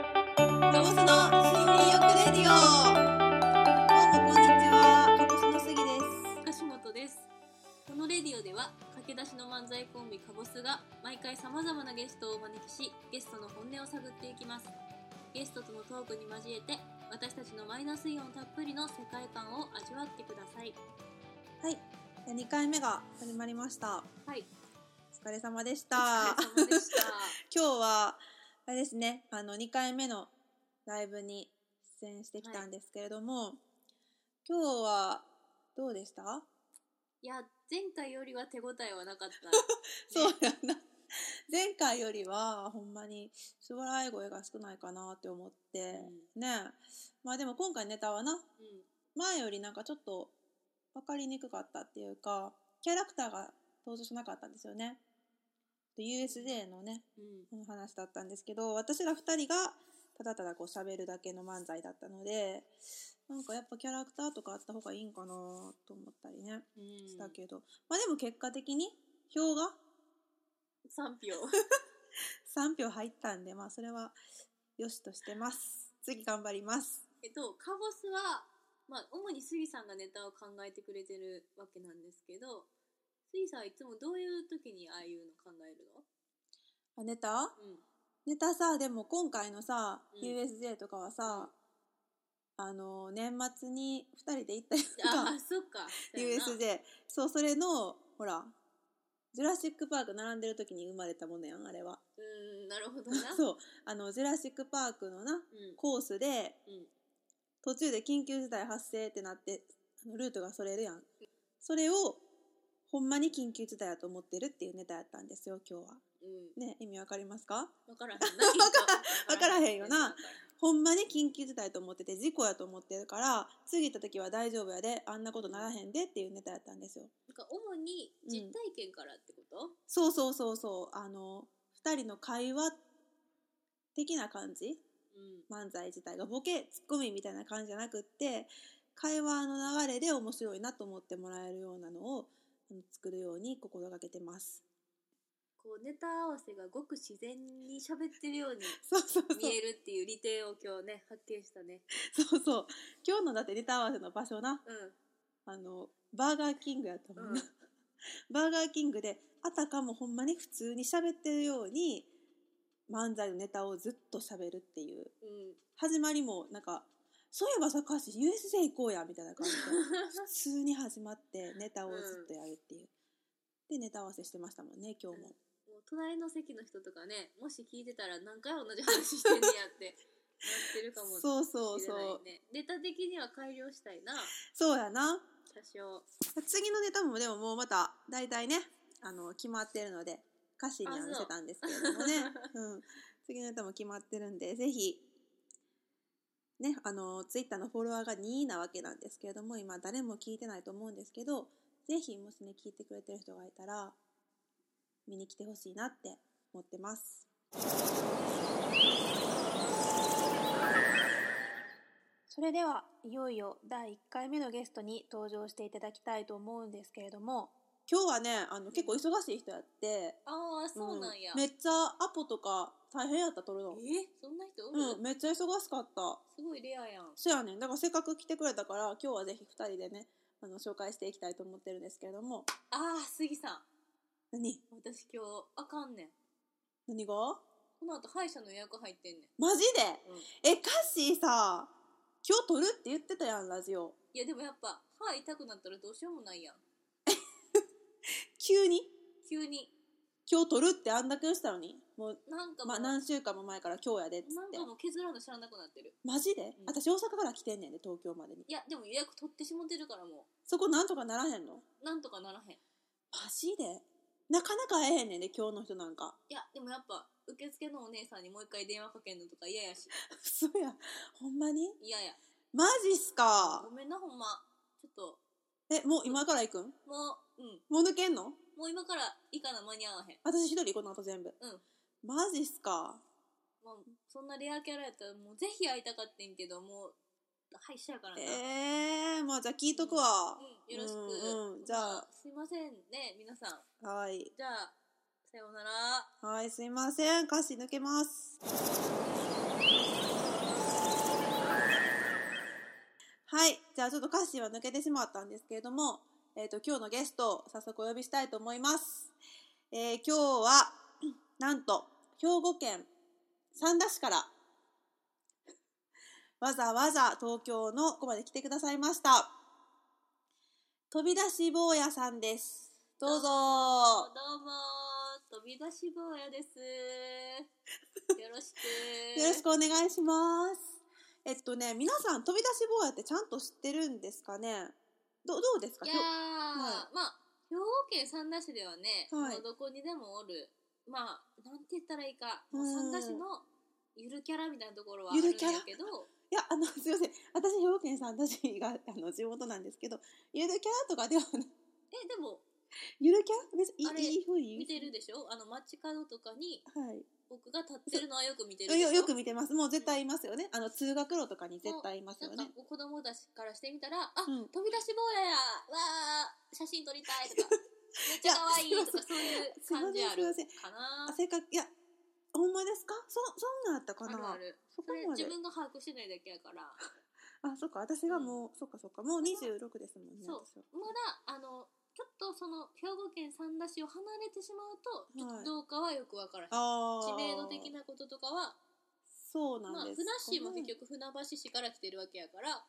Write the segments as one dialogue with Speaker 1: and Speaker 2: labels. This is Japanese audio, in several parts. Speaker 1: ボスの森林浴レディオどうもこんにちはカボスの杉です
Speaker 2: 樫本ですこのレディオでは駆け出しの漫才コンビカボスが毎回さまざまなゲストをお招きしゲストの本音を探っていきますゲストとのトークに交えて私たちのマイナスイオンたっぷりの世界観を味わってください
Speaker 1: はい2回目が始まりました
Speaker 2: はい
Speaker 1: お疲れ様でし
Speaker 2: お
Speaker 1: た
Speaker 2: 疲れ様でした
Speaker 1: 今日はあれですねあの2回目のライブに出演してきたんですけれども、今日はどうでした
Speaker 2: いや前回よりは手応えはなかった、
Speaker 1: そう
Speaker 2: ね
Speaker 1: やな。前回よりは、ほんまに、笑い声が少ないかなって思って、ねえ。まあでも今回ネタはな、
Speaker 2: うん
Speaker 1: 前よりなんかちょっと分かりにくかったっていうか、キャラクターが登場しなかったんですよね。で USJ のね、
Speaker 2: うん
Speaker 1: お話だったんですけど、私ら二人がただただこう喋るだけの漫才だったので、なんかやっぱキャラクターとかあった方がいいんかなと思ったりね、
Speaker 2: うん
Speaker 1: したけど、まあでも結果的に票が
Speaker 2: 賛 否を
Speaker 1: 3票入ったんで、まあ、それはよしとしてます。次頑張ります。
Speaker 2: えっとカボスはまあ主に杉さんがネタを考えてくれてるわけなんですけど杉さんはいつもどういう時にああいうの考えるの
Speaker 1: あネタ
Speaker 2: うん
Speaker 1: ネタさ、でも今回のさ、
Speaker 2: うん
Speaker 1: USJ とかはさ、あの、年末に2人で行ったやん
Speaker 2: あ
Speaker 1: か
Speaker 2: あ、そっかそうやな
Speaker 1: USJ。そう、それの、ほら、ジュラシックパーク並んでる時に生まれたものやん、あれは。
Speaker 2: うーんなるほどなう、
Speaker 1: そう、あの、ジュラシックパークのな、
Speaker 2: ん
Speaker 1: コースで、
Speaker 2: うん、
Speaker 1: 途中で緊急事態発生ってなってあのルートがそれるやんそれをほんまに緊急事態だと思ってるっていうネタやったんですよ今日は
Speaker 2: うん、
Speaker 1: ね意味わかりますか
Speaker 2: 分からへんな分
Speaker 1: からへんよなほんまに緊急事態と思ってて事故やと思ってるから次行った時は大丈夫やであんなことならへんでっていうネタやったんですよ
Speaker 2: なんか主に実体験からってこと、
Speaker 1: そうそうそうそうあの2人の会話的な感じ
Speaker 2: うん
Speaker 1: 漫才自体がボケツッコミみたいな感じじゃなくって会話の流れで面白いなと思ってもらえるようなのをあの作るように心がけてます。
Speaker 2: こうネタ合わせがごく自然に喋ってるよう に
Speaker 1: そうそうそう
Speaker 2: 見えるっていう利点を今日ね発見したね
Speaker 1: そうそう今日のだってネタ合わせの場所なあのバーガーキングやった
Speaker 2: う
Speaker 1: も
Speaker 2: ん
Speaker 1: ん
Speaker 2: う
Speaker 1: な、
Speaker 2: ん
Speaker 1: バーガーキングであたかもほんまに普通に喋ってるように漫才のネタをずっと喋るっていう
Speaker 2: うん
Speaker 1: 始まりもなんかそういえばさ高橋 USJ 行こうやみたいな感じで普通に始ま ってネタをずっとやるっていう、でネタ合わせしてましたもんね今日も、
Speaker 2: もう隣の席の人とかねもし聞いてたら何回同じ話してんねやって なってるかもしれない
Speaker 1: そ
Speaker 2: ね
Speaker 1: うそうそう
Speaker 2: ネタ的には改良したいな
Speaker 1: そうやな
Speaker 2: 多少
Speaker 1: 次のネタもでももうまた大体ねあの決まってるので歌詞には
Speaker 2: あそう
Speaker 1: 見せたんですけれどもね うん、次のネタも決まってるんでぜひねあのツイッターのフォロワーが2なわけなんですけれども今誰も聞いてないと思うんですけどぜひもしね聞いてくれてる人がいたら見に来てほしいなって思ってますそれではいよいよ第1回目のゲストに登場していただきたいと思うんですけれども今日はねあの結構忙しい人やって、
Speaker 2: ああそうなんや、
Speaker 1: めっちゃアポとか大変やった撮るの
Speaker 2: えそんな人おる、
Speaker 1: うんめっちゃ忙しかった
Speaker 2: すごいレアやん
Speaker 1: そやねんだからせっかく来てくれたから今日はぜひ2人でねあの紹介していきたいと思ってるんですけれども
Speaker 2: ああ杉さん
Speaker 1: 何
Speaker 2: 私今日あかんねん
Speaker 1: 何が
Speaker 2: この後歯医者の予約入ってんねん、
Speaker 1: マジで
Speaker 2: うん、い
Speaker 1: えカッシーさ今日撮るって言ってたやんラジオ
Speaker 2: やでもやっぱ歯痛くなったらどうしようもないやん
Speaker 1: 急に
Speaker 2: 急に
Speaker 1: 今日撮るってあんだけ言ってたのにもう、
Speaker 2: なんかも
Speaker 1: まあ、
Speaker 2: う、な
Speaker 1: 何
Speaker 2: ん
Speaker 1: 週間も前から今日やでっつって
Speaker 2: かもう削らんの知らなくなってる
Speaker 1: マジで、
Speaker 2: ん
Speaker 1: 私大阪から来てんねんで東京までに
Speaker 2: いやでも予約取ってしもてるからも
Speaker 1: そこなんとかならへんの
Speaker 2: うなんとかならへん
Speaker 1: マジでなかなか会えへんねんで今日の人なんか
Speaker 2: いやでもやっぱ受付のお姉さんにもう一回電話かけんのとか嫌やし
Speaker 1: 嘘やほんまに
Speaker 2: 嫌や
Speaker 1: マジっすか
Speaker 2: ごめんなほんまちょっと
Speaker 1: えもう今から行くん
Speaker 2: もうう
Speaker 1: も
Speaker 2: ん
Speaker 1: う抜けんの
Speaker 2: もう今からいいかな間に合わへん
Speaker 1: 私一人この後全部
Speaker 2: うん
Speaker 1: マジっすか
Speaker 2: もうそんなレアキャラやったらもうぜひ会いたかってんけどもう歯医者やからな、
Speaker 1: えー、まあじゃあ聞いとくわ
Speaker 2: うん、よろしく、
Speaker 1: うんうんじゃあ
Speaker 2: ますいませんね皆さん
Speaker 1: はい
Speaker 2: じゃあさようなら
Speaker 1: はいすいません歌詞抜けますはい。じゃあちょっと歌詞は抜けてしまったんですけれども、えっ、と、今日のゲストを早速お呼びしたいと思います。えー今日は、 なんと、兵庫県三田市から、わざわざ東京のここまで来てくださいました。飛び出し坊やさんです。どうぞ
Speaker 2: どうも飛び出し坊やです。よろし く。
Speaker 1: よろしくお願いします。えっとね、皆さん、飛び出し坊やってちゃんと知ってるんですかねどどうですか
Speaker 2: いやー、まあ兵庫県三田市ではね、
Speaker 1: はい
Speaker 2: もうどこにでもおるまあなんて言ったらいいか、
Speaker 1: うん
Speaker 2: もう三田市のゆるキャラみたいなところはあ
Speaker 1: ゆ
Speaker 2: るんや
Speaker 1: るキャラ
Speaker 2: けど
Speaker 1: いや、あの、 すいません。私、兵庫県さん、私が、あの、地元なんですけど、ゆるキャラとかではない、
Speaker 2: えでも
Speaker 1: ゆるキャラ別に
Speaker 2: あれ
Speaker 1: いい、いい風に
Speaker 2: 見てるでしょあの街角とかに
Speaker 1: はい
Speaker 2: 僕が立ってるのはよく見てるでしょ
Speaker 1: よ。よく見てます。もう絶対いますよね。あの、通学路とかに絶対いますよ
Speaker 2: な
Speaker 1: ね
Speaker 2: んか。こう子供たちからしてみたら「あ、
Speaker 1: うん
Speaker 2: 飛び出し坊ややわー写真撮りたい」とか 「めっちゃ可愛いとかそういう感じある
Speaker 1: すいませんすい
Speaker 2: かな
Speaker 1: 汗かき、いや、ほんまですかそ、そんなんやったか
Speaker 2: あ
Speaker 1: な
Speaker 2: るある
Speaker 1: そ
Speaker 2: そ
Speaker 1: こ
Speaker 2: れ
Speaker 1: ま
Speaker 2: 自
Speaker 1: で。
Speaker 2: 分が把握してないだけやから
Speaker 1: あ、そっか、私がもう、そっかそっか、もう26ですもんね、
Speaker 2: そう
Speaker 1: 私は。
Speaker 2: まだあのちょっとその兵庫県三田市を離れてしまうとちょっ
Speaker 1: はい
Speaker 2: とどうかはよくわからない、
Speaker 1: あー
Speaker 2: 知名度的なこととかは
Speaker 1: そう
Speaker 2: ま
Speaker 1: な
Speaker 2: あ
Speaker 1: ん
Speaker 2: 船
Speaker 1: です
Speaker 2: 市も結局船橋市から来てるわけやから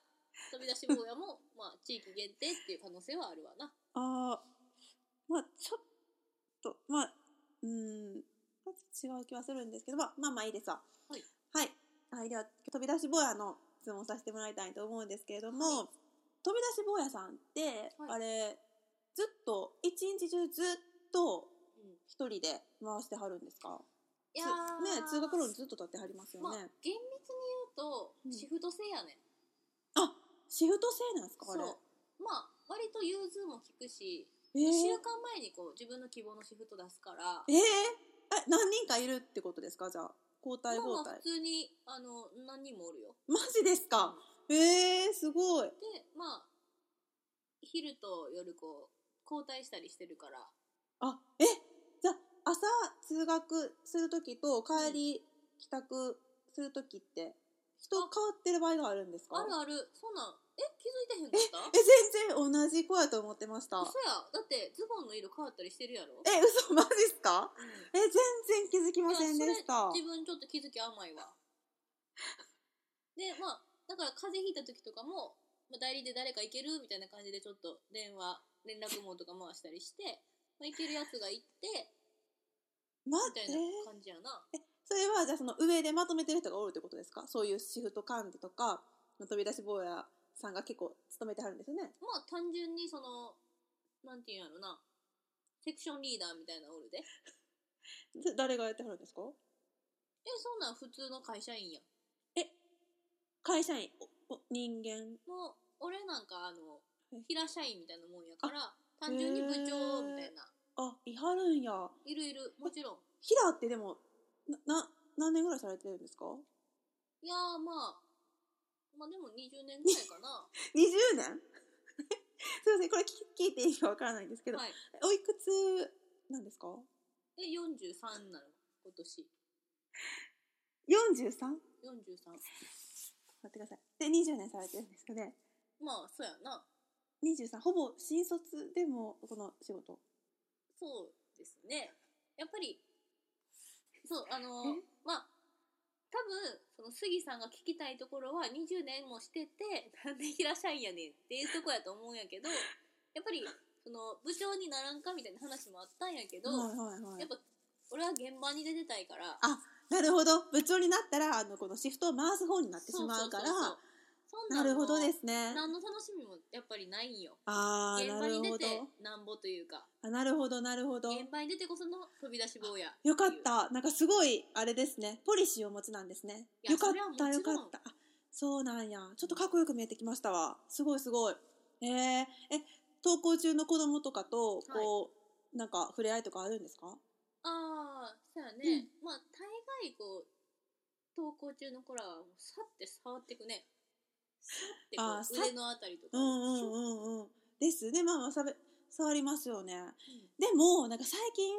Speaker 2: 飛び出し坊やもまあ地域限定っていう可能性はあるわな
Speaker 1: ああまあちょっとまあうんまあ違う気はするんですけど、まあ、まあまあいいですわ
Speaker 2: はい、
Speaker 1: はいはいでは飛び出し坊やの質問させてもらいたいと思うんですけれども、
Speaker 2: はい
Speaker 1: 飛び出し坊やさんって、
Speaker 2: はい
Speaker 1: あれずっと一日中ずっと
Speaker 2: うん
Speaker 1: 一人で回してはるんですか
Speaker 2: いや
Speaker 1: つね
Speaker 2: ー
Speaker 1: 通学路にずっと立ってはりますよ
Speaker 2: まあ
Speaker 1: ね、
Speaker 2: 厳密に言うと
Speaker 1: うん
Speaker 2: シフト制やね、ん
Speaker 1: あシフト制なんですか
Speaker 2: そ
Speaker 1: あ
Speaker 2: う
Speaker 1: れ
Speaker 2: まあ割と融通も利くし、
Speaker 1: えー
Speaker 2: 1週間前にこう自分の希望のシフト出すから
Speaker 1: えー、え何人かいるってことですかじゃあ交代
Speaker 2: ま
Speaker 1: 交
Speaker 2: あまあ
Speaker 1: 代
Speaker 2: 普通にあの何人もおるよ
Speaker 1: マジですかええー、すごい。
Speaker 2: でまあ昼と夜こう交代したりしてるから
Speaker 1: あ、え、じゃあ朝通学するときと帰り帰宅するときって人変わってる場合があるんですか
Speaker 2: あるあるそんなんえ気づいてへんか
Speaker 1: え、
Speaker 2: った
Speaker 1: 全然同じ子やと思ってました。
Speaker 2: 嘘やだってズボンの色変わったりしてるやろ
Speaker 1: え、嘘マジっすか
Speaker 2: うん
Speaker 1: え、全然気づきませんでした。
Speaker 2: 自分ちょっと気づき甘いわ でまあだから風邪ひいた時とかも、まあ、代理で誰か行けるみたいな感じでちょっと電話連絡網とか回したりして、まあ、行けるやつが行って
Speaker 1: 待
Speaker 2: み
Speaker 1: ったて
Speaker 2: い。な感じやな、
Speaker 1: それはじゃあその上でまとめてる人がおるってことですかそういうシフト管理とか、飛び出し坊やさんが結構勤めてはるんですよね。
Speaker 2: まあ単純にそのなんていうんやろなセクションリーダーみたいなのおるでえ
Speaker 1: それ誰がやってはるんですか
Speaker 2: そんなん普通の会社員やん
Speaker 1: 会社員、おお人間
Speaker 2: もう俺なんかあの
Speaker 1: え
Speaker 2: 平社員みたいなもんやから単純に部長みたいな
Speaker 1: あ、いはるんや。
Speaker 2: いるいるもちろん
Speaker 1: ヒラってでも、な、な、何年ぐらいされてるんですか ?20
Speaker 2: いやーまあ、まあでも20年ぐらいかな。は
Speaker 1: 年すいません、これ聞聞いていいかわからないんです けど、
Speaker 2: い。
Speaker 1: おいくつなんですか
Speaker 2: で、43なの、今年。
Speaker 1: ?43?
Speaker 2: 43。
Speaker 1: 待ってください。で、20年されてるんですかね。
Speaker 2: まあ、そうやな。
Speaker 1: 23、ほぼ新卒でも、この仕事。
Speaker 2: そうですね。やっぱり、そう、あのー
Speaker 1: え
Speaker 2: まあ、多分、その杉さんが聞きたいところは20年もしてて、なんで平社員やねんっていうとこやと思うんや けど、やっぱり、その、部長にならんかみたいな話もあったんやけど、
Speaker 1: はいはいは
Speaker 2: や
Speaker 1: い
Speaker 2: っ。ぱ、俺は現場に出てたいから、
Speaker 1: なるほど。部長になったら、あの、このシフトを回す方になってしまうから、
Speaker 2: そそそそそん
Speaker 1: なるほど
Speaker 2: す
Speaker 1: ですね。
Speaker 2: 何の楽しみもやっぱりないんよ
Speaker 1: あー、
Speaker 2: 現場
Speaker 1: なる
Speaker 2: に出
Speaker 1: ほど
Speaker 2: て。なんぼというか
Speaker 1: あ、なるほど、なるほど。
Speaker 2: 現場に出てこその飛び出し坊や
Speaker 1: よかった。なんかすごい、あれですね。ポリシーをお持ちなんですね。
Speaker 2: いや
Speaker 1: よかっ
Speaker 2: そ
Speaker 1: た、
Speaker 2: れは
Speaker 1: よ
Speaker 2: もちろ
Speaker 1: か
Speaker 2: ん
Speaker 1: った。あそうなんや。ちょっとかっこよく見えてきましたわ。すごい、すごい。えー、え、登校中の子供とかと、こう、なんか触れ合いとかあるんですか
Speaker 2: ああそうやね、まあ大概こう登校中の子らはもうさって触ってくねさってこ
Speaker 1: あー
Speaker 2: う
Speaker 1: さ
Speaker 2: 腕のあたりとか
Speaker 1: う
Speaker 2: を
Speaker 1: んうん
Speaker 2: シュッ
Speaker 1: うんうん。ですね。まあまあ、さべ触りますよね。でも、なんか最近、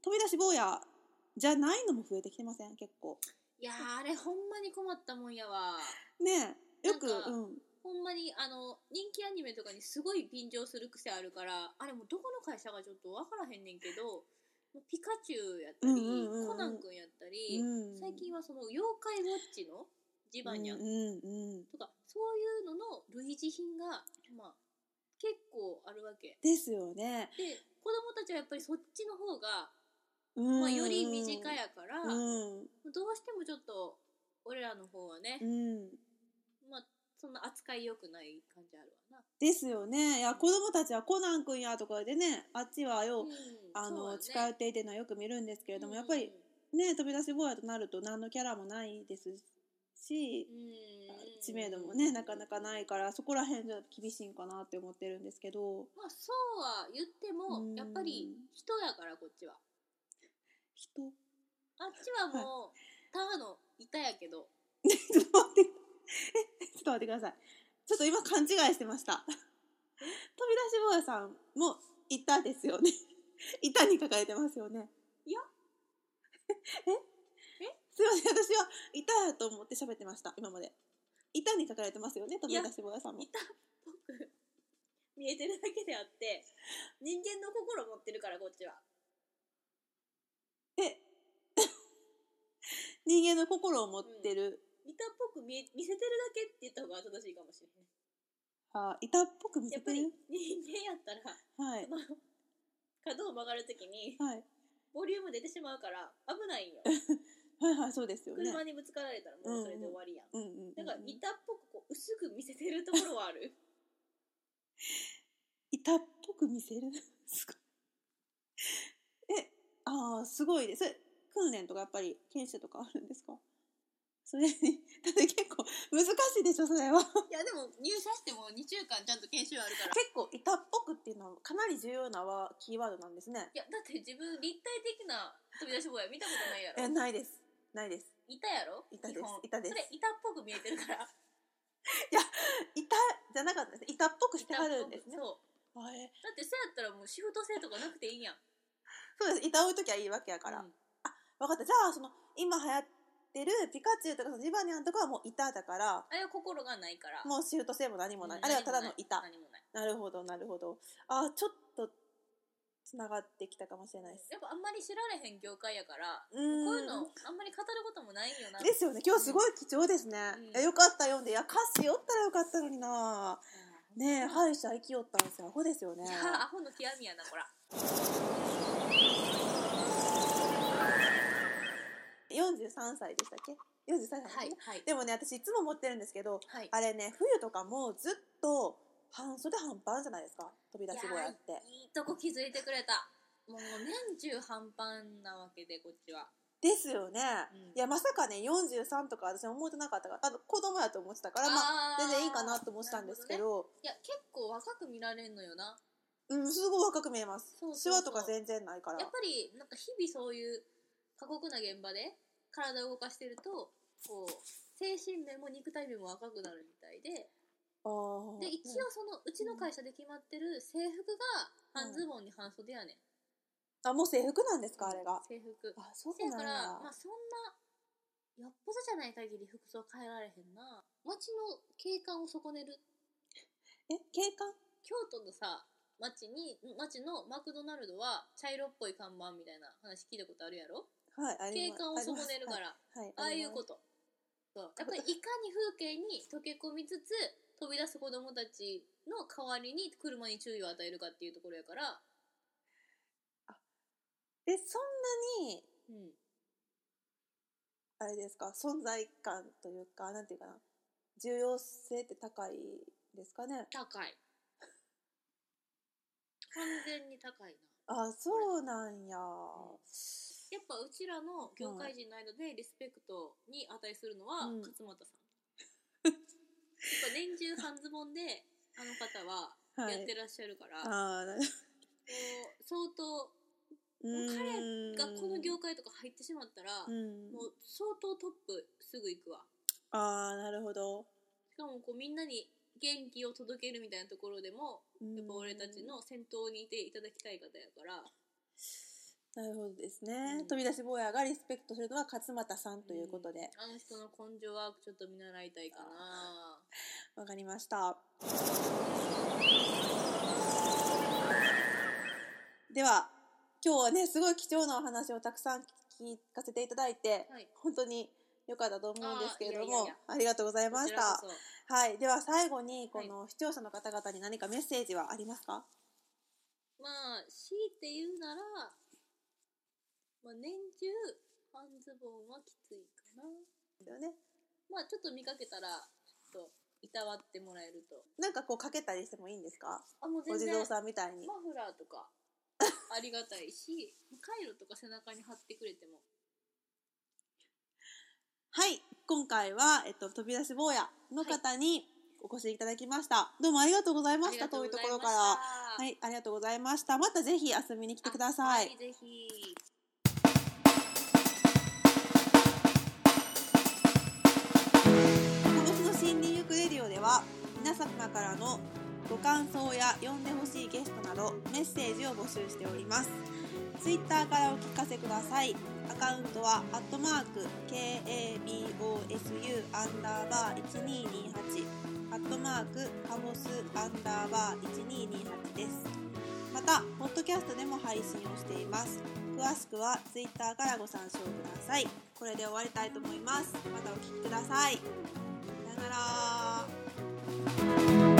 Speaker 1: 飛び出し坊やじゃないのも増えてきてません結構。
Speaker 2: いやーあれほんまに困ったもんやわ
Speaker 1: ねえよく
Speaker 2: なんか
Speaker 1: うん
Speaker 2: ほんまにあの人気アニメとかにすごい便乗する癖あるからあれもうどこの会社がちょっと分からへんねんけどもうピカチュウやったり、
Speaker 1: うんうんうんうん
Speaker 2: コナン君やったり、
Speaker 1: うん
Speaker 2: 最近はその妖怪ウォッチのジバニャン
Speaker 1: うんうんうん
Speaker 2: とか、そういうのの類似品が、まあ、結構あるわけ
Speaker 1: ですよね
Speaker 2: で子供たちはやっぱりそっちの方が、
Speaker 1: うん
Speaker 2: まあ、より身近やから、
Speaker 1: うん
Speaker 2: どうしてもちょっと俺らの方はね
Speaker 1: う、ん
Speaker 2: まあ、そんな扱い良くない感じあるわな。
Speaker 1: ですよねいや子供たちはコナン君やとかでねあっちはよ、あの、近寄っていてるのはよく見るんですけ
Speaker 2: け
Speaker 1: れどもやっぱりね飛び出し坊やとなると何のキャラもないですし、知名度もねなかなかないからそこら辺じゃ厳しいんかなって思ってるんですけど
Speaker 2: まあそうは言っても、
Speaker 1: うん
Speaker 2: やっぱり人やからこっちは
Speaker 1: 人待
Speaker 2: あっちはもう、ただの板やけど
Speaker 1: ってえちょっと待ってくださいちょっと今勘違いしてました飛び出し坊やさんもいたですよね いたに書かれてますよね
Speaker 2: いや
Speaker 1: えすいません私はいたやと思って喋ってました今までいたに書かれてますよね飛び出し坊やさんも
Speaker 2: 板っぽく見えてるだけであって人間の心持ってるからこっちは
Speaker 1: え人間の心を持ってる、
Speaker 2: 板っぽく見え見せてるだけって言った方が正しいかもしれない
Speaker 1: あ板っぽく見
Speaker 2: や
Speaker 1: せ
Speaker 2: っぱ
Speaker 1: て
Speaker 2: り
Speaker 1: る
Speaker 2: 人間やったら、
Speaker 1: はい
Speaker 2: その角を曲がるときに
Speaker 1: はい
Speaker 2: ボリューム出てしまうから危ないんよ
Speaker 1: はいはいそうですよね
Speaker 2: 車にぶつかられたらもうそれで終わりやん、
Speaker 1: うんうんうんうん
Speaker 2: なんか板っぽくこう薄く見せてるところはある
Speaker 1: 板っぽく見せる すごいえああすごいですそれ訓練とかやっぱり研修とかあるんですかそれにだって結構難しいでしょそれは 結
Speaker 2: いやでも入社しても2週間ちゃんと研修あるから
Speaker 1: 構板っぽくっていうのはかなり重要なワーキーワードなんですね
Speaker 2: いやだって自分立体的な飛び出し坊や見たことないや
Speaker 1: え
Speaker 2: ろ
Speaker 1: ないですないです
Speaker 2: いたやろ
Speaker 1: 板です
Speaker 2: 基本
Speaker 1: 板です
Speaker 2: それ板っぽく見えてるから
Speaker 1: 板じゃなかったです 板っぽくしてはるんですね
Speaker 2: 板っぽくそう
Speaker 1: あえー
Speaker 2: だってそうやったらもうシフト制とかなくていいやん
Speaker 1: そうです歌う時はいいわけやから、
Speaker 2: うん
Speaker 1: 分かったじゃあその今流行ってるピカチュウとかそのジバニャンとかはもう板だから
Speaker 2: あれは心がないから
Speaker 1: もうシュート性も何
Speaker 2: う
Speaker 1: もない、
Speaker 2: ん
Speaker 1: あれはただの板
Speaker 2: 何もない
Speaker 1: なるほどなるほどあーちょっとつながってきたかもしれないです
Speaker 2: やっぱあんまり知られへん業界やから
Speaker 1: うーん
Speaker 2: こういうのあんまり語ることもないんよな
Speaker 1: ですよね今日すごい貴重ですね、
Speaker 2: うん
Speaker 1: えよかった読んでいや歌詞よったらよかったのにな
Speaker 2: うん
Speaker 1: ねえ歯医者行きよったんですよアホですよね
Speaker 2: いやアホの極みやなこら
Speaker 1: 43歳でしたっけ43歳ですね、
Speaker 2: はい
Speaker 1: でもね私いつも思ってるんですけど
Speaker 2: はい
Speaker 1: あれね冬とかもうずっと半袖半端じゃないですか飛び出し坊やって
Speaker 2: いやーいいとこ気づいてくれたもう年中半端なわけでこっちは
Speaker 1: ですよね、い
Speaker 2: うん
Speaker 1: やまさかね43とか私思ってなかったからあの子供やと思ってたからまあ
Speaker 2: あー
Speaker 1: 全然いいかなと思ってたんですけ
Speaker 2: なるほ
Speaker 1: ど
Speaker 2: ねいや結構若く見られんのよな
Speaker 1: うんすごい若く見えます
Speaker 2: そうそ
Speaker 1: シワ
Speaker 2: うそう
Speaker 1: とか全然ないから
Speaker 2: やっぱりなんか日々そういう過酷な現場で体を動かしてるとこう精神面も肉体面も若くなるみたいで
Speaker 1: あー
Speaker 2: で一応そのうちの会社で決まってる制服が半ズボンに半袖やねん
Speaker 1: あもう制服なんですかあれが
Speaker 2: 制服
Speaker 1: あそう
Speaker 2: せや
Speaker 1: な
Speaker 2: か
Speaker 1: んや
Speaker 2: ら、まあ、そんなよっぽどじゃない限り服装変えられへんな街の景観を損ねる
Speaker 1: え警官
Speaker 2: 京都のさ街に街のマクドナルドは茶色っぽい看板みたいな話聞いたことあるやろ
Speaker 1: はいあ
Speaker 2: 景
Speaker 1: ります
Speaker 2: 観を損ねるから
Speaker 1: はい、
Speaker 2: ああいうこととそうやっぱりいかに風景に溶け込みつつ飛び出す子供たちの代わりに車に注意を与えるかっていうところやから、
Speaker 1: えそんなに
Speaker 2: うん、
Speaker 1: あれですか存在感というかなんていうかな重要性って高いですかね
Speaker 2: 高い完全に高いな
Speaker 1: あそうなんや、
Speaker 2: やっぱうちらの業界人の間でリスペクトに値するのは
Speaker 1: うん
Speaker 2: 勝俣さん、やっぱ年中半ズボンであの方は
Speaker 1: は
Speaker 2: や
Speaker 1: い
Speaker 2: ってらっしゃるから、もう
Speaker 1: ああなる
Speaker 2: 相当
Speaker 1: 彼
Speaker 2: がこの業界とか入ってしまったら、
Speaker 1: うん
Speaker 2: もう相当トップすぐ行くわ
Speaker 1: ああなるほど
Speaker 2: しかもこうみんなに元気を届けるみたいなところでもやっぱ俺たちの先頭にいていただきたい方やから
Speaker 1: なるほどですね、
Speaker 2: うん
Speaker 1: 飛び出し坊やがリスペクトするのは勝俣さんということでわ、
Speaker 2: あの人の根性はちょっと見習いたいかな
Speaker 1: かりましたでは今日はねすごい貴重なお話をたくさん聞かせていただいて、
Speaker 2: はい
Speaker 1: 本当に良かったと思うんですけれどもあ
Speaker 2: あーいやいやいや
Speaker 1: りがとうございま
Speaker 2: こ
Speaker 1: し
Speaker 2: ち
Speaker 1: た
Speaker 2: らこそ
Speaker 1: はい、では最後にこ
Speaker 2: はい
Speaker 1: の視聴者の方々に何かメッセージはありますか、
Speaker 2: まあ強いて言うなら、まあ、年中半ズボンはきついかな
Speaker 1: ですよね。
Speaker 2: まあちょっと見かけたらちょっといたわってもらえると
Speaker 1: なんかこうかけたりしてもいいんですか？
Speaker 2: あもう
Speaker 1: お
Speaker 2: 全
Speaker 1: 地
Speaker 2: 然
Speaker 1: 蔵さんみたいに。
Speaker 2: マフラーとかありがたいしカイロとか背中に貼ってくれても
Speaker 1: はい、今回はえっと飛び出し坊やの方にお越しいただきました。どうもありがとうございました。遠いところから。は
Speaker 2: はい
Speaker 1: い、ありがとうございました。またぜひ遊びに来てください。
Speaker 2: ぜひ
Speaker 1: この日の森林浴レディオでは皆様からのご感想や呼んでほしいゲストなどメッセージを募集しておりますツイッターからお聞かせくださいアカウントはアットマーク KABOSU アンダーバー1228アットマークカボスアンダーバー1228ですまたポッドキャストでも配信をしています詳しくはツイッターからご参照くださいこれで終わりたいと思いますまたお聞きくださいさよなら。